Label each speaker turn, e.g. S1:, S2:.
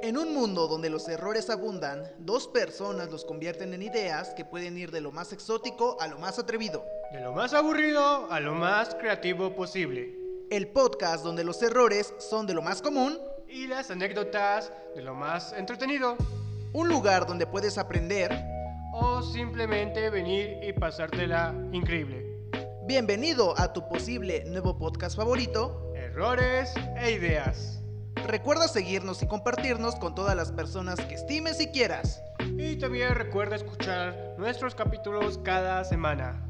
S1: En un mundo donde los errores abundan, dos personas los convierten en ideas que pueden ir de lo más exótico a lo más atrevido.
S2: De lo más aburrido a lo más creativo posible.
S1: El podcast donde los errores son de lo más común,
S2: Y las anécdotas de lo más entretenido.
S1: un lugar donde puedes aprender.
S2: O simplemente venir y pasártela increíble.
S1: Bienvenido a tu posible nuevo podcast favorito.
S2: Errores e ideas.
S1: Recuerda seguirnos y compartirnos con todas las personas que estimes y quieras.
S2: Y también recuerda escuchar nuestros capítulos cada semana.